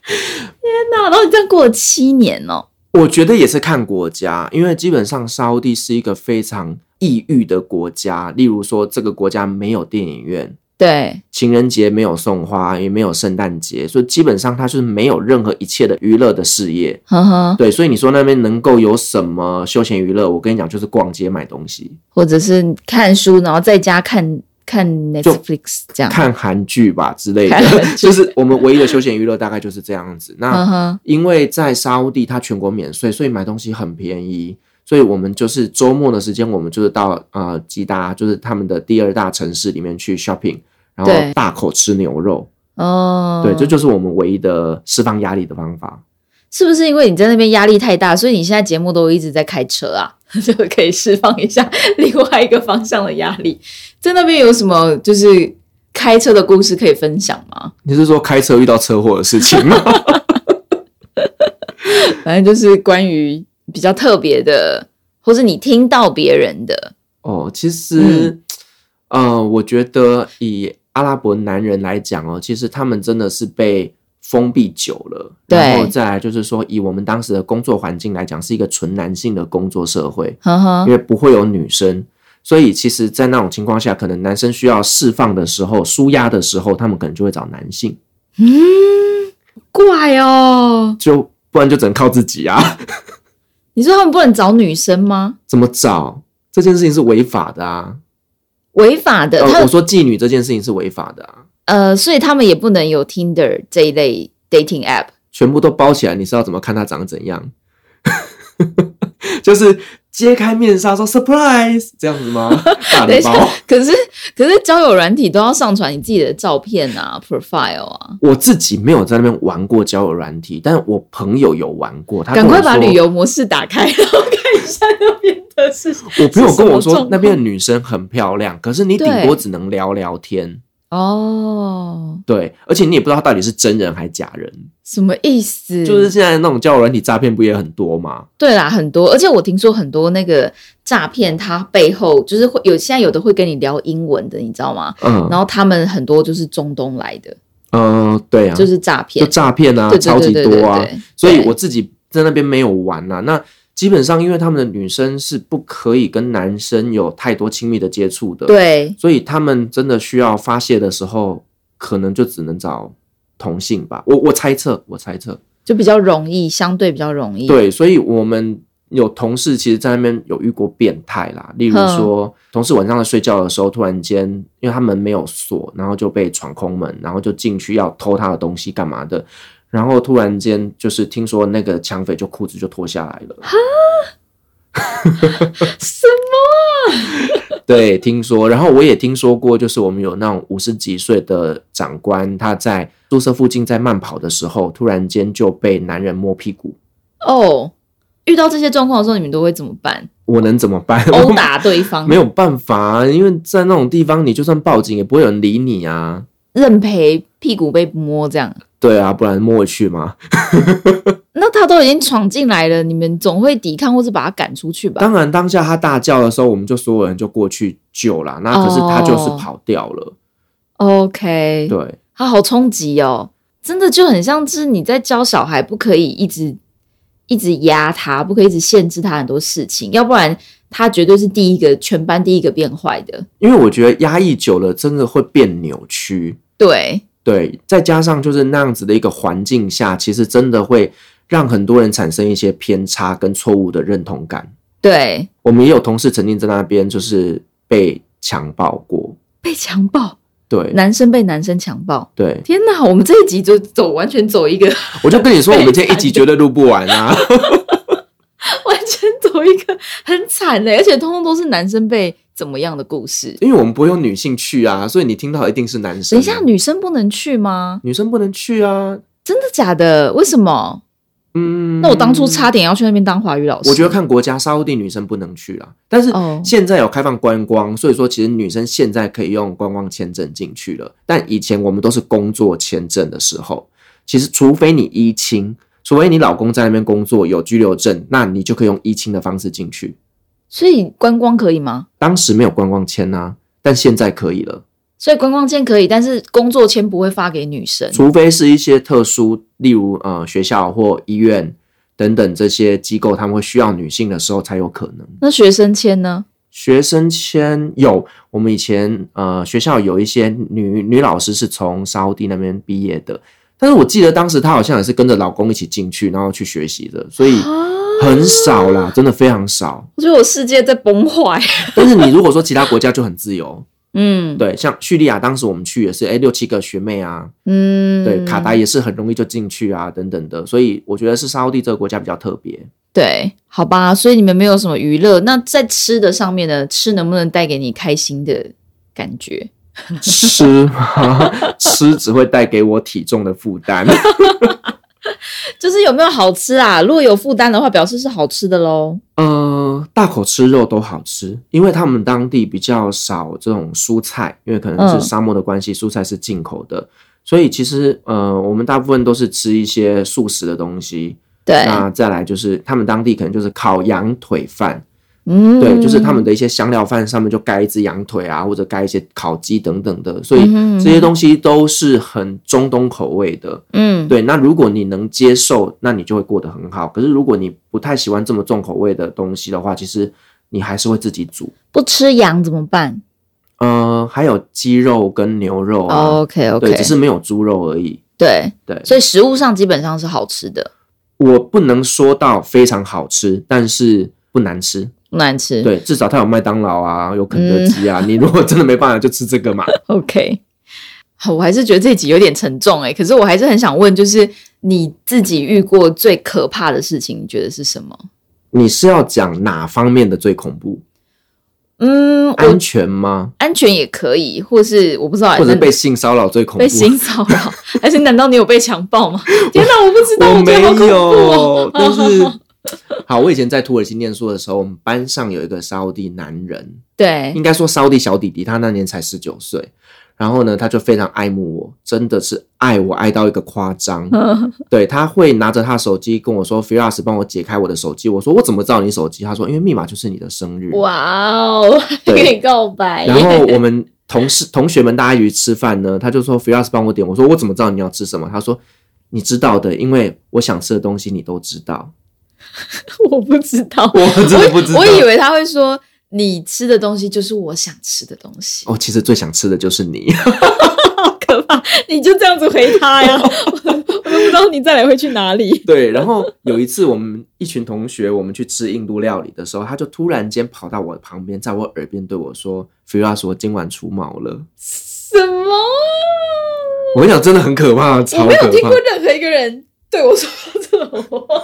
天哪，然后你这样过了七年哦。我觉得也是看国家，因为基本上沙烏地是一个非常抑郁的国家，例如说这个国家没有电影院。对，情人节没有送花，也没有圣诞节，所以基本上它是没有任何一切的娱乐的事业。呵呵，对，所以你说那边能够有什么休闲娱乐？我跟你讲，就是逛街买东西，或者是看书，然后在家看看就 Netflix 这样。看韩剧吧之类的嗯看韩，剧 嗯就是我们唯一的休闲娱乐大概就是这样子。那呵呵，因为在沙乌地它全国免税，所以买东西很便宜。所以我们就是周末的时间，我们就是到呃吉达，就是他们的第二大城市里面去 shopping，然后对大口吃牛肉。哦，对，这就是我们唯一的释放压力的方法。是不是因为你在那边压力太大，所以你现在节目都一直在开车啊， 就可以释放一下另外一个方向的压力？在那边有什么就是开车的故事可以分享吗？你是说开车遇到车祸的事情吗？ 反正就是关于比较特别的，或是你听到别人的，哦，其实，呃，我觉得以阿拉伯男人来讲哦，其实他们真的是被封闭久了。对然后再来就是说，以我们当时的工作环境来讲，是一个纯男性的工作社会，呵呵因，为不会有女生。所以，其实，在那种情况下，可能男生需要释放的时候、舒压的时候，他们可能就会找男性，嗯，怪哦。就不然就只能靠自己啊。 你说他们不能找女生吗？怎么找？这件事情是违法的啊！违法的，呃，他我说妓女这件事情是违法的啊。呃，所以他们也不能有 Tinder 这一类 dating app。全部都包起来，你是要怎么看他长得怎样？ 就是揭开面纱说 surprise 这样子 吗？大等一礼下包，，可是可是交友软体都要上传你自己的照片啊，profile 啊，我自己没有在那边玩过交友软体，但我朋友有玩过，他跟赶我快把说旅，游模式打开，然后看一下那边的事情。我朋友跟我是什么状说况那边的女生很漂亮，可是你顶对多只能聊聊天，哦，对，而且你也不知道她到底是真人还假人，什么意思？就是现在那种交友软体诈骗不也很多吗？对啦，很多，而且我听说很多那个诈骗，它背后就是会有现在有的会跟你聊英文的，你知道吗？嗯，然后他们很多就是中东来的，呃，对啊，就是诈就骗，诈骗啊，对超级对对对对多啊，对，所以我自己在那边没有玩啦、那基本上，因为他们的女生是不可以跟男生有太多亲密的接触的，，对所以他们真的需要发泄的时候，可能就只能找同性吧。我我猜测，我猜测，就比较容易，相对比较容易。对，所以我们有同事其实，在那边有遇过变态啦，例如嗯说，同事晚上在睡觉的时候，突然间因为他门没有锁，然后就被闯空门，然后就进去要偷他的东西干嘛的，然后突然间就是听说那个抢匪就裤子就脱下来了，什啊对，听说，然后我也听说过，就是我们有那种五十几岁的长官，他在宿舍附近在慢跑的时候，突然间就被男人摸屁股，么？哦，遇到这些状况的时候，你们都会怎么办？我能怎么办？殴 打对方？没有办法、啊，因为在那种地方，你就算报警也不会有人理你啊。认赔屁股被摸这样。对啊，不然摸回去嘛。那他都已经闯进来了，你们总会抵抗或是把他赶出去吧？当然，当下他大叫的时候，我们就所有人就过去救啦。那可是他就是跑掉了。 OK，对，他好冲击哦，真的就很像是你在教小孩，不可以一直一直压他，不可以一直限制他很多事情，要不然他绝对是第一个全班第一个变坏的。因为我觉得压抑久了，真的会变扭曲。对，对，再加上就是那样子的一个环境下，其实真的会让很多人产生一些偏差跟错误的认同感。对，我们也有同事曾经在那边就是被强暴过。被强暴，对男生被男生强暴。对，天哪，我们这一集就走完全走一个， 我就跟你说，我们今天一集绝对录不完啊。完全走一个很惨的，而且通通都是男生被怎么样的故事。 因为我们不会有女性去啊，所以你听到一定是男生。啊等一下，女生不能去吗？女生不能去啊。真的假的？为什么？嗯，那我当初差点要去那边当华语老师。我觉得看国家，沙烏地女生不能去啦。但是哦现在有开放观光，所以说其实女生现在可以用观光签证进去了。但以前我们都是工作签证的时候，其实除非你依亲，除非你老公在那边工作有居留证，那你就可以用依亲的方式进去。所以观光可以吗？当时没有观光签啊，但现在可以了。所以观光签可以，但是工作签不会发给女生。除非是一些特殊，例如呃学校或医院等等这些机构，他们会需要女性的时候才有可能。那学生签呢？学生签有，我们以前呃学校有一些女女老师是从沙烏地那边毕业的，但是我记得当时她好像也是跟着老公一起进去，然后去学习的，所以很少啦，真的非常少。我觉得我世界在崩坏。但是你如果说其他国家就很自由，嗯，对，像叙利亚当时我们去也是，哎、六七个学妹啊，嗯，对，卡达也是很容易就进去啊，等等的，所以我觉得是沙烏地这个国家比较特 别。对，好吧。所以你们没有什么娱乐，那在吃的上面呢？吃能不能带给你开心的感觉？吃 吗？吃只会带给我体重的负担。就是有没有好吃啊？如果有负担的话，表示是好吃的喽。呃，大口吃肉都好吃，因为他们当地比较少这种蔬菜，因为可能嗯是沙漠的关系，蔬菜是进口的，所以其实呃，我们大部分都是吃一些素食的东西。对，那再来就是他们当地可能就是烤羊腿饭，嗯，对，就是他们的一些香料饭上面就盖一只羊腿啊，或者盖一些烤鸡等等的，所以嗯哼嗯哼这些东西都是很中东口味的。嗯，对，那如果你能接受，那你就会过得很好。可是如果你不太喜欢这么重口味的东西的话，其实你还是会自己煮。不吃羊怎么办呃，还有鸡肉跟牛肉啊？OK 对， OK，只是没有猪肉而已。哦对，对，所以食物上基本上是好吃的，我不能说到非常好吃，但是不难吃。不难吃。对，至少它有麦当劳啊，有肯德基嗯啊。你如果真的没办法，就吃这个嘛。 OK，好，我还是觉得这集有点沉重哎、可是我还是很想问，就是你自己遇过最可怕的事情，你觉得是什么？你是要讲哪方面的最恐怖？嗯，我安全吗？安全也可以，或是我不知道欸，或者那被性骚扰最恐怖？被性骚 扰，还是难道你有被强暴吗？ 天哪，我不知道，我我觉没得好恐怖哦。 有，但是好，我以前在土耳其念书的时候，我们班上有一个沙烏地男人，对应，该说沙烏地小弟弟，他那年才十九岁。然后呢，他就非常爱慕我，真的是爱我爱到一个夸 张。对，他会拿着他的手机跟我说：“Firas，帮我解开我的手机。”我说：“我怎么知道你手机？”他说：“因为密码就是你的生日。”哇哦，还对跟你告白耶，然后我们同事同学们大家一起吃饭呢，他就说 Firas 帮我点，我说我怎么知道你要吃什么？他说你知道的，因为我想吃的东西你都知道。 我不知道， 我真的不知道我以为他会说你吃的东西就是我想吃的东西，哦，其实最想吃的就是你，好可怕！ 你就这样子回他 呀，我都不知道你再来会去哪里。 对，然 后有一次我们一群同学，我们去吃印度料理的时候，他就突然间跑到我旁边，在我耳边对我说：“Firas，我今晚除毛了。什么？”我跟你讲，真的很可怕，我超没有可听怕过。任何一个人对我说这种话。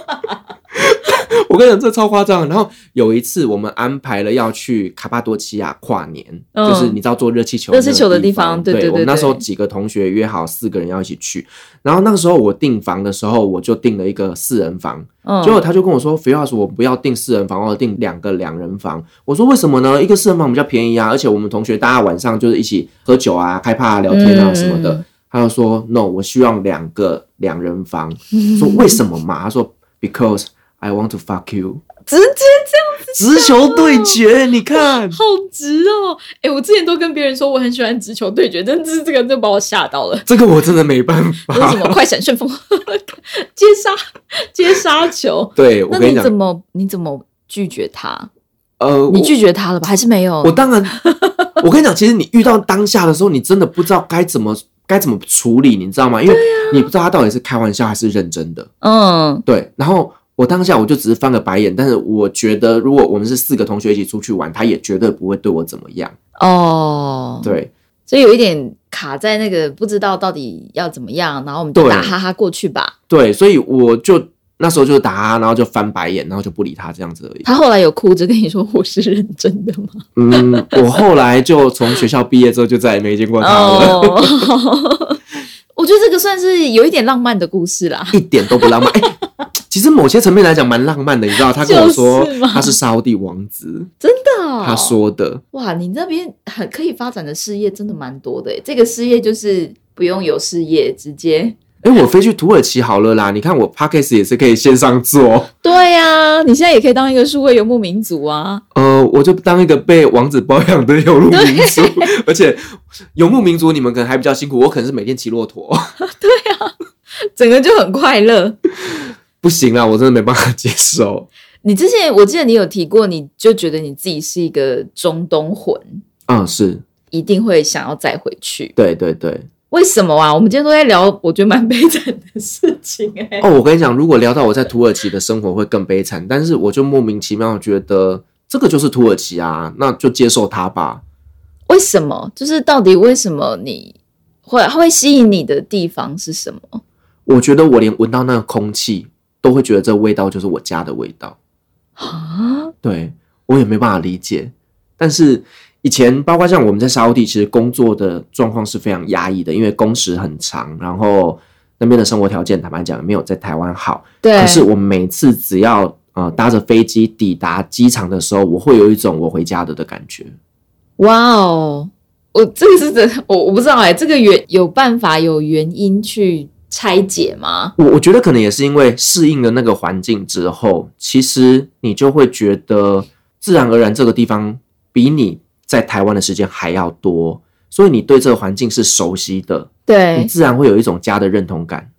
我跟你讲，这超夸张。然后有一次我们安排了要去卡帕多奇亚跨年，嗯就是你知道坐热气球热气球的的地方，方对对我们对那时候对几个同学约好四个人要一起去，然后那个时候我订房的时候，我就订了一个四人房。嗯结果他就跟我说：“肥话说，我不要订四人房，我要订两个两人房。”我说：“为什么呢？一个四人房比较便宜啊，而且我们同学大家晚上就是一起喝酒啊、开趴、啊、聊天啊嗯什么的。他就说：“No，我希望两个两人 房。说为什么嘛？他说：“Because I want to fuck you。直接”啊直球对决，你 看，好直哦！哎、我之前都跟别人说我很喜欢直球对决，但是这个就把我吓到了。这个我真的没办这是法。什 么快闪旋风 接杀接杀球？对我那跟你你讲怎，么你怎么拒绝他？呃，你我拒绝他了吧？还是没有？我当然，我跟你讲，其实你遇到当下的时候，你真的不知道该怎么该怎么处理，你知道吗？因为啊你不知道他到底是开玩笑还是认真的。嗯对，然后我当下我就只是翻个白眼，但是我觉得如果我们是四个同学一起出去玩，他也绝对不会对我怎么样。哦，，对所以有一点卡在那个不知道到底要怎么样，然后我们就对打哈哈过去吧。对，所以我就那时候就打他，然后就翻白眼，然后就不理他这样子而已。他后来有哭着跟你说我是认真的吗？嗯，我后来就从学校毕业之后就再也没见过他了。 哦，我觉得这个算是有一点浪漫的故事啦。一点都不浪漫。哎、其实某些层面来讲蛮浪漫的，你知道，他跟我说就是嘛他是沙烏地王子，真的哦他说的，哇，你那边很可以发展的事业真的蛮多的耶，欸这个事业就是不用有事业，直接。哎、我飞去土耳其好了啦，你看我 podcast 也是可以线上做，对啊呀、你现在也可以当一个数位游牧民族啊！ 呃，我就当一个被王子包养的游牧民 族，而且游牧民族你们可能还比较辛苦，我可能是每天骑骆驼， 整个就很快乐。不行啦，我真的没办法接受你之前我记得你有提过，你就觉得你自己是一个中东魂，嗯，是一定会想要再回去。对对对，为什么啊？我们今天都在聊，我觉得蛮悲惨的事情哎、哦，我跟你讲，如果聊到我在土耳其的生活会更悲惨，但是我就莫名其妙觉得这个就是土耳其啊，那就接受它吧。为什么？就是到底为什么你会会吸引你的地方是什么？我觉得我连闻到那个空气都会觉得这味道就是我家的味道，啊，对我也没办法理解。但是以前包括像我们在沙烏地，其实工作的状况是非常压抑的，因为工时很长，然后那边的生活条件坦白讲没有在台湾好。对，可是我每次只要呃搭着飞机抵达机场的时候，我会有一种我回家了的感觉。哇哦，我这个是真的，我我不知道哎、这个原有办法有原因去拆解吗？我我觉得可能也是因为适应了那个环境之后，其实你就会觉得自然而然这个地方比你在台湾的时间还要多，所以你对这个环境是熟悉的，你对，自然会有一种家的认同感。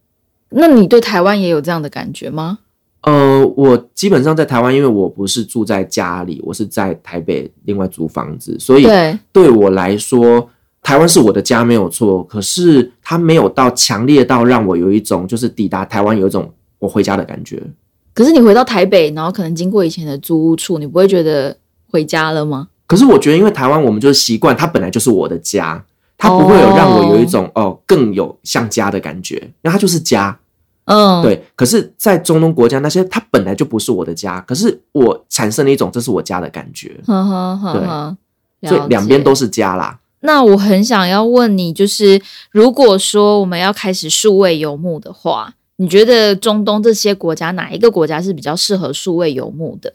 那你对台湾也有这样的感觉吗？呃，我基本上在台湾，因为我不是住在家里，我是在台北另外租房子，所以对，对我来说，台湾是我的家没有错，可是它没有到强烈到让我有一种就是抵达台湾有一种我回家的感觉。可是你回到台北，然后可能经过以前的租屋处，你不会觉得回家了吗？可是我觉得，因为台湾我们就是习惯，它本来就是我的家，它不会有让我有一种哦更有像家的感觉，因为它就是家。嗯，，对，可是，在中东国家那些，它本来就不是我的家，可是我产生了一种这是我家的感觉，呵呵呵对呵，所嗯了以两边解都是家啦。那我很想要问你，就是如果说我们要开始数位游牧的话，你觉得中东这些国家哪一个国家是比较适合数位游牧的？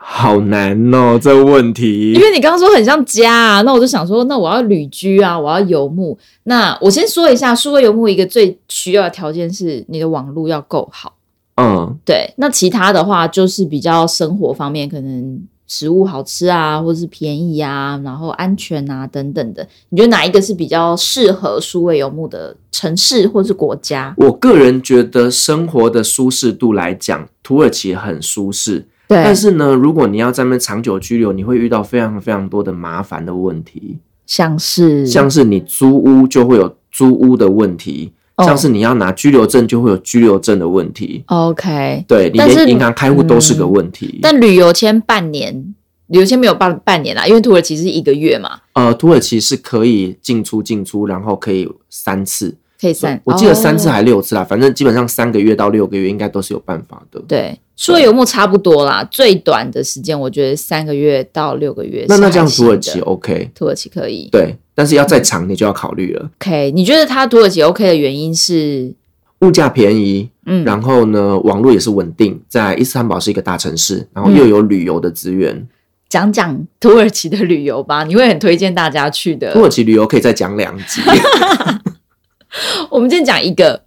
好难哦，这问因题。为你刚刚说很像家啊，那我就想说，那我要旅居啊，我要游牧。那我先说一下，数位游牧一个最需要的条件是你的网络要够好。嗯，对，那其他的话就是比较生活方面，可能食物好吃啊，或是便宜啊，然后安全啊等等的。你觉得哪一个是比较适合数位游牧的城市或是国家？我个人觉得生活的舒适度来讲，土耳其很舒适，对但是呢，如果你要在那边长久居留，你会遇到非常非常多的麻烦的问题。像是像是你租屋就会有租屋的问题，哦像是你要拿居留证就会有居留证的问题， OK，对你但是连银行开户都是个嗯问题。但旅游签半年，旅游签没有半半年啦，因为土耳其是一个月嘛，呃，土耳其是可以进出进出，然后可以三次，可以三，我记得三次哦还六次啦，反正基本上三个月到六个月应该都是有办法的。对，说游牧差不多啦，最短的时间我觉得三个月到六个月是那还行的。那这样土耳其哦 OK，土耳其可以对，但是要再长你就要考虑了， ，OK？你觉得它土耳其 OK 的原因是，物价便宜，嗯，然后呢，网络也是稳定，在伊斯坦堡是一个大城市，然后嗯又有旅游的资源，讲讲土耳其的旅游吧，你 会很推荐大家去的土。耳其旅游可以再讲两集。我们今天讲一个，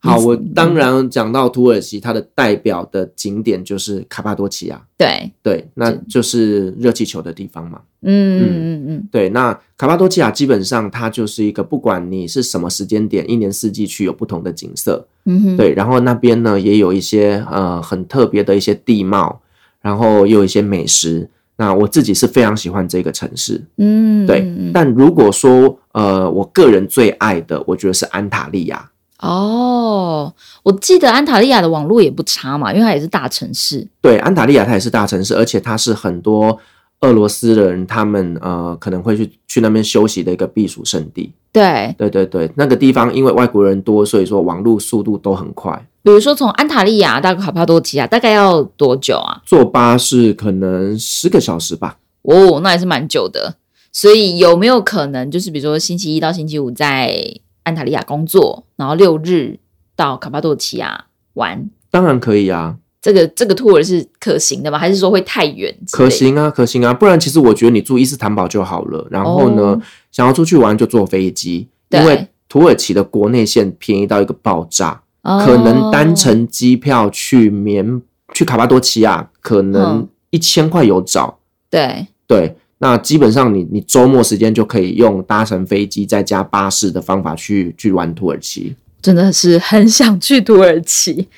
好，我嗯当然讲到土耳其，它的代表的景点就是卡帕多奇亚，对，对，那就是热气球的地方嘛。嗯嗯嗯对，那卡帕多奇亚基本上它就是一个，不管你是什么时间点，一年四季去有不同的景色。嗯哼，对，然后那边呢也有一些呃很特别的一些地貌，然后也有一些美食。那我自己是非常喜欢这个城市，嗯，对。嗯嗯但如果说呃我个人最爱的，我觉得是安塔利亚。哦，我记得安塔利亚的网络也不差嘛，因为它也是大城市。对，安塔利亚它也是大城市，而且它是很多俄罗斯人他们呃可能会去去那边休息的一个避暑胜地。对，对对对，那个地方因为外国人多，所以说网络速度都很快。比如说从安塔利亚到卡帕多奇亚，大概要多久啊？坐巴士可能十个小时吧。哦，那也是蛮久的。所以有没有可能，就是比如说星期一到星期五在安塔利亚工作，然后六日到卡帕多奇亚玩？当然可以啊，这个这个 tour 是可行的吗？还是说会太远？可。行啊，可行啊，不然其实我觉得你住伊斯坦堡就好了。然后呢，哦想要出去玩就坐飞机，对因为土耳其的国内线便宜到一个爆炸，哦可能单程机票去棉去卡巴多奇亚可能嗯一千块有找。对对，那基本上你你周末时间就可以用搭乘飞机再加巴士的方法去去玩土耳其，真的是很想去土耳其。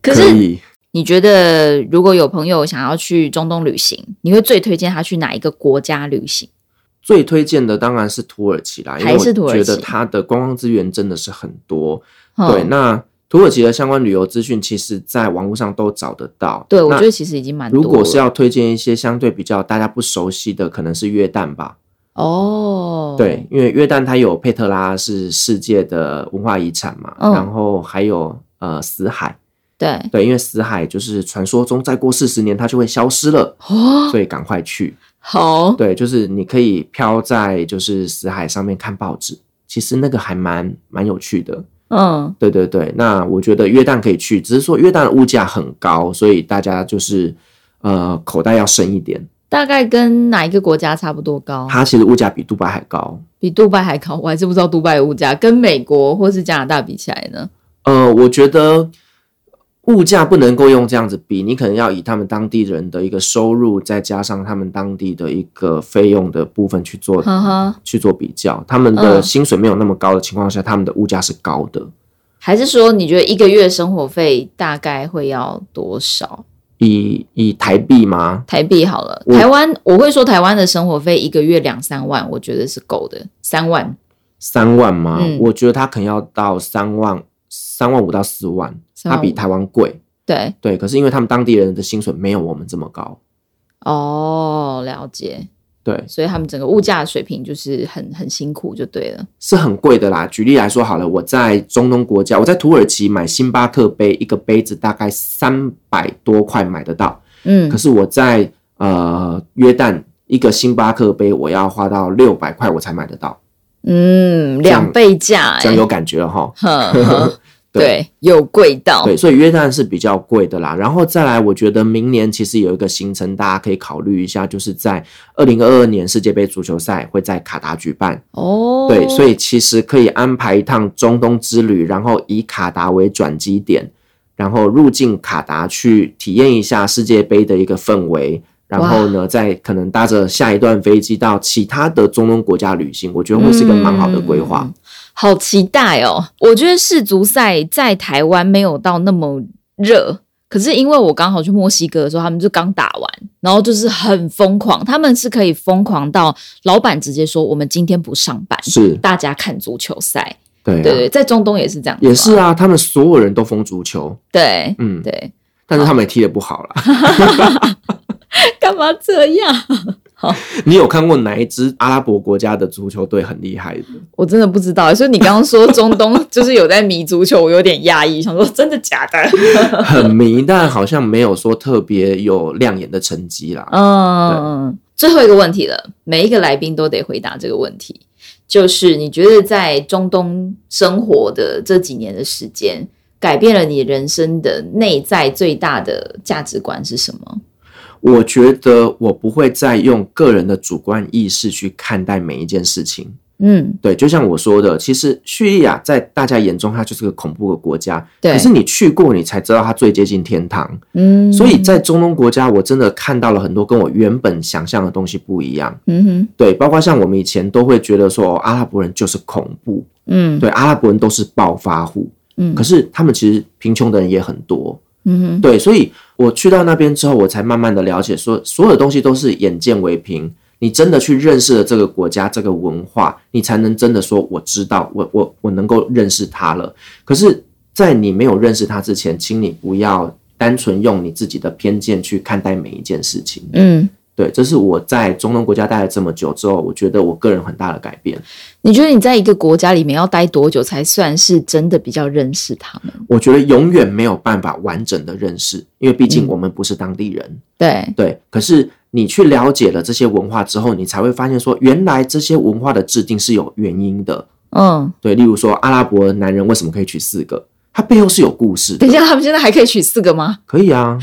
可是以。你觉得，如果有朋友想要去中东旅行，你会最推荐他去哪一个国家旅行？最推荐的当然是土耳其啦，因为还我是土耳觉其得它的观光资源真的是很多。嗯对，那土耳其的相关旅游资讯，其实在网络上都找得到。对我那觉得其实已经蛮多如了。果是要推荐一些相对比较大家不熟悉的，可能是约旦吧。哦，对，因为约旦它有佩特拉是世界的文化遗产嘛，嗯然后还有呃死海。对对，因为死海就是传说中再过四十年它就会消失了，哦，所以赶快去。好对，就是你可以飘在就是死海上面看报纸，其实那个还蛮蛮有趣的。嗯，对对对，那我觉得约旦可以去，只是说约旦的物价很高，所以大家就是呃口袋要深一点。大概跟哪一个国家差不多高？它其实物价比杜拜还高。比杜拜还高，我还是不知道杜拜的物价跟美国或是加拿大比起来呢。呃，我觉得物价不能够用这样子比，你可能要以他们当地人的一个收入，再加上他们当地的一个费用的部分去做哈哈，去做比较。他们的嗯薪水没有那么高的情况下，他们的物价是高的。还是说你觉得一个月生活费大概会要多少以以台币吗？台币？好了，我台湾我会说台湾的生活费一个月两三万，我觉得是够的，三万三万吗？嗯我觉得它可能要到三万、三万五到四万， 3它万比台湾贵。对对，可是因为他们当地人的薪水没有我们这么高。哦，了解。对，所以他们整个物价水平就是很很辛苦，就对了。是很贵的啦。举例来说好了，我在中东国家，我在土耳其买星巴克杯，一个杯子大概三百多块买得到。嗯可，是我在呃约旦，一个星巴克杯我要花到六百块我才买得到，嗯，两倍价、这样欸，有感觉了哈。呵 呵对，有贵到，对，所以约旦是比较贵的啦。然后再来，我觉得明年其实有一个行程大家可以考虑一下，就是在二零二二年世界杯足球赛会在卡达举办。哦，对，所以其实可以安排一趟中东之旅，然后以卡达为转机点，然后入境卡达去体验一下世界杯的一个氛围。然后呢，再可能搭着下一段飞机到其他的中东国家旅行，我觉得会是一个蛮好的规划。嗯好期待哦！我觉得世足赛在台湾没有到那么热，可是因为我刚好去墨西哥的时候，他们就刚打完，然后就是很疯狂，他们是可以疯狂到老板直接说我们今天不上班，是大家看足球赛。对啊对对，在中东也是这样子嘛，也是啊，他们所有人都疯足球，对嗯，对，但是他们也踢得不好 啦。干嘛这样？你有看过哪一支阿拉伯国家的足球队很厉害的？我真的不知道。所以你刚刚说中东 就是有在迷足球，我有点压抑，想说真的假的？很迷，但好像没有说特别有亮眼的成绩啦。嗯，最后一个问题了，每一个来宾都得回答这个问题，就是你觉得在中东生活的这几年的时间，改变了你人生的内在最大的价值观是什么？我觉得我不会再用个人的主观意识去看待每一件事情。嗯，对，就像我说的，其实叙利亚在大家眼中它就是个恐怖的国家，对可是你去过，你才知道它最接近天堂。嗯，所以在中东国家，我真的看到了很多跟我原本想象的东西不一样。嗯哼，对，包括像我们以前都会觉得说，哦阿拉伯人就是恐怖，嗯，对，阿拉伯人都是暴发户。嗯可是他们其实贫穷的人也很多，嗯哼，对，所以我去到那边之后，我才慢慢的了解说，所有东西都是眼见为凭。你真的去认识了这个国家、这个文化，你才能真的说我知道，我我我能够认识它了。可是，在你没有认识它之前，请你不要单纯用你自己的偏见去看待每一件事情。嗯。对，这是我在中东国家待了这么久之后，我觉得我个人很大的改变。你觉得你在一个国家里面要待多久才算是真的比较认识他们？我觉得永远没有办法完整的认识，因为毕竟我们不是当地人。对，对，可是你去了解了这些文化之后，你才会发现说，原来这些文化的制定是有原因的。嗯，对，例如说阿拉伯男人为什么可以娶四个，他背后是有故事的等一。下，他们现在还可以取四个吗？可以啊，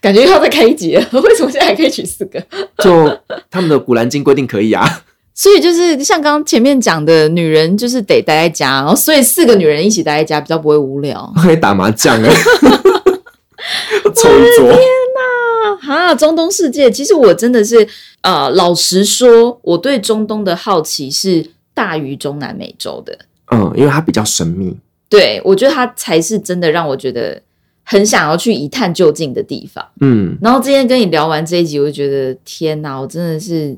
感觉又要再开一集了。为什么现在还可以取四个？就他们的古兰经规定可以啊。 所以就是像刚刚前面讲的，女人就是得待在家，然后所以四个女人一起待在家比较不会无聊可以打麻将啊， 凑一桌。啊。哈，中东世界，其实我真的是呃，老实说，我对中东的好奇是大于中南美洲的。嗯，因为它比较神秘。对我觉得它才是真的让我觉得很想要去一探究竟的地方。嗯，然后今天跟你聊完这一集，我就觉得天哪，我真的是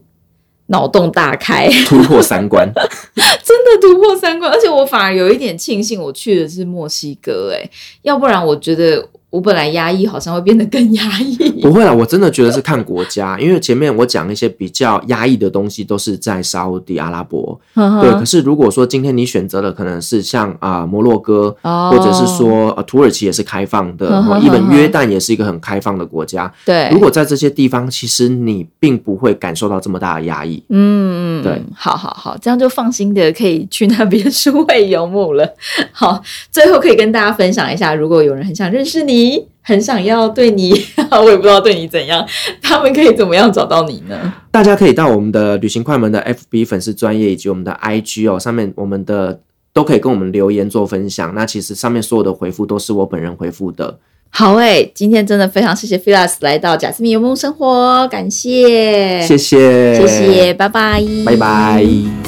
脑洞大开， 突破三关。真的突破三观。而且我反而有一点庆幸，我去的是墨西哥、欸，要不然我觉得我本来压抑，好像会变得更压抑。 不会啦，我真的觉得是看国家，因为前面我讲一些比较压抑的东西，都是在沙烏地阿拉伯。嗯对，可是如果说今天你选择了可能是像啊、摩洛哥，哦嗯或者是说、呃、土耳其也是开放的，呵然呵后呵一本呵约旦也是一个很开放的国家。对，如果在这些地方，其实你并不会感受到这么大的压抑。嗯，对，好好好，这样就放心的可以去那边 数位游牧了。好，最后可以跟大家分享一下，如果有人很想认识你，很想要对你， 我也不知道对你怎样，他们可以怎么样找到你呢？大家可以到我们的旅行快门的 FB 粉丝专业以及我们的 IG 哦，上面我们的都可以跟我们留言做分享。那其实上面所有的回复都是我本人回复的。好诶、今天真的非常谢谢 Filas 来到贾斯密游牧生活，感谢，谢谢，谢谢，拜拜，拜拜。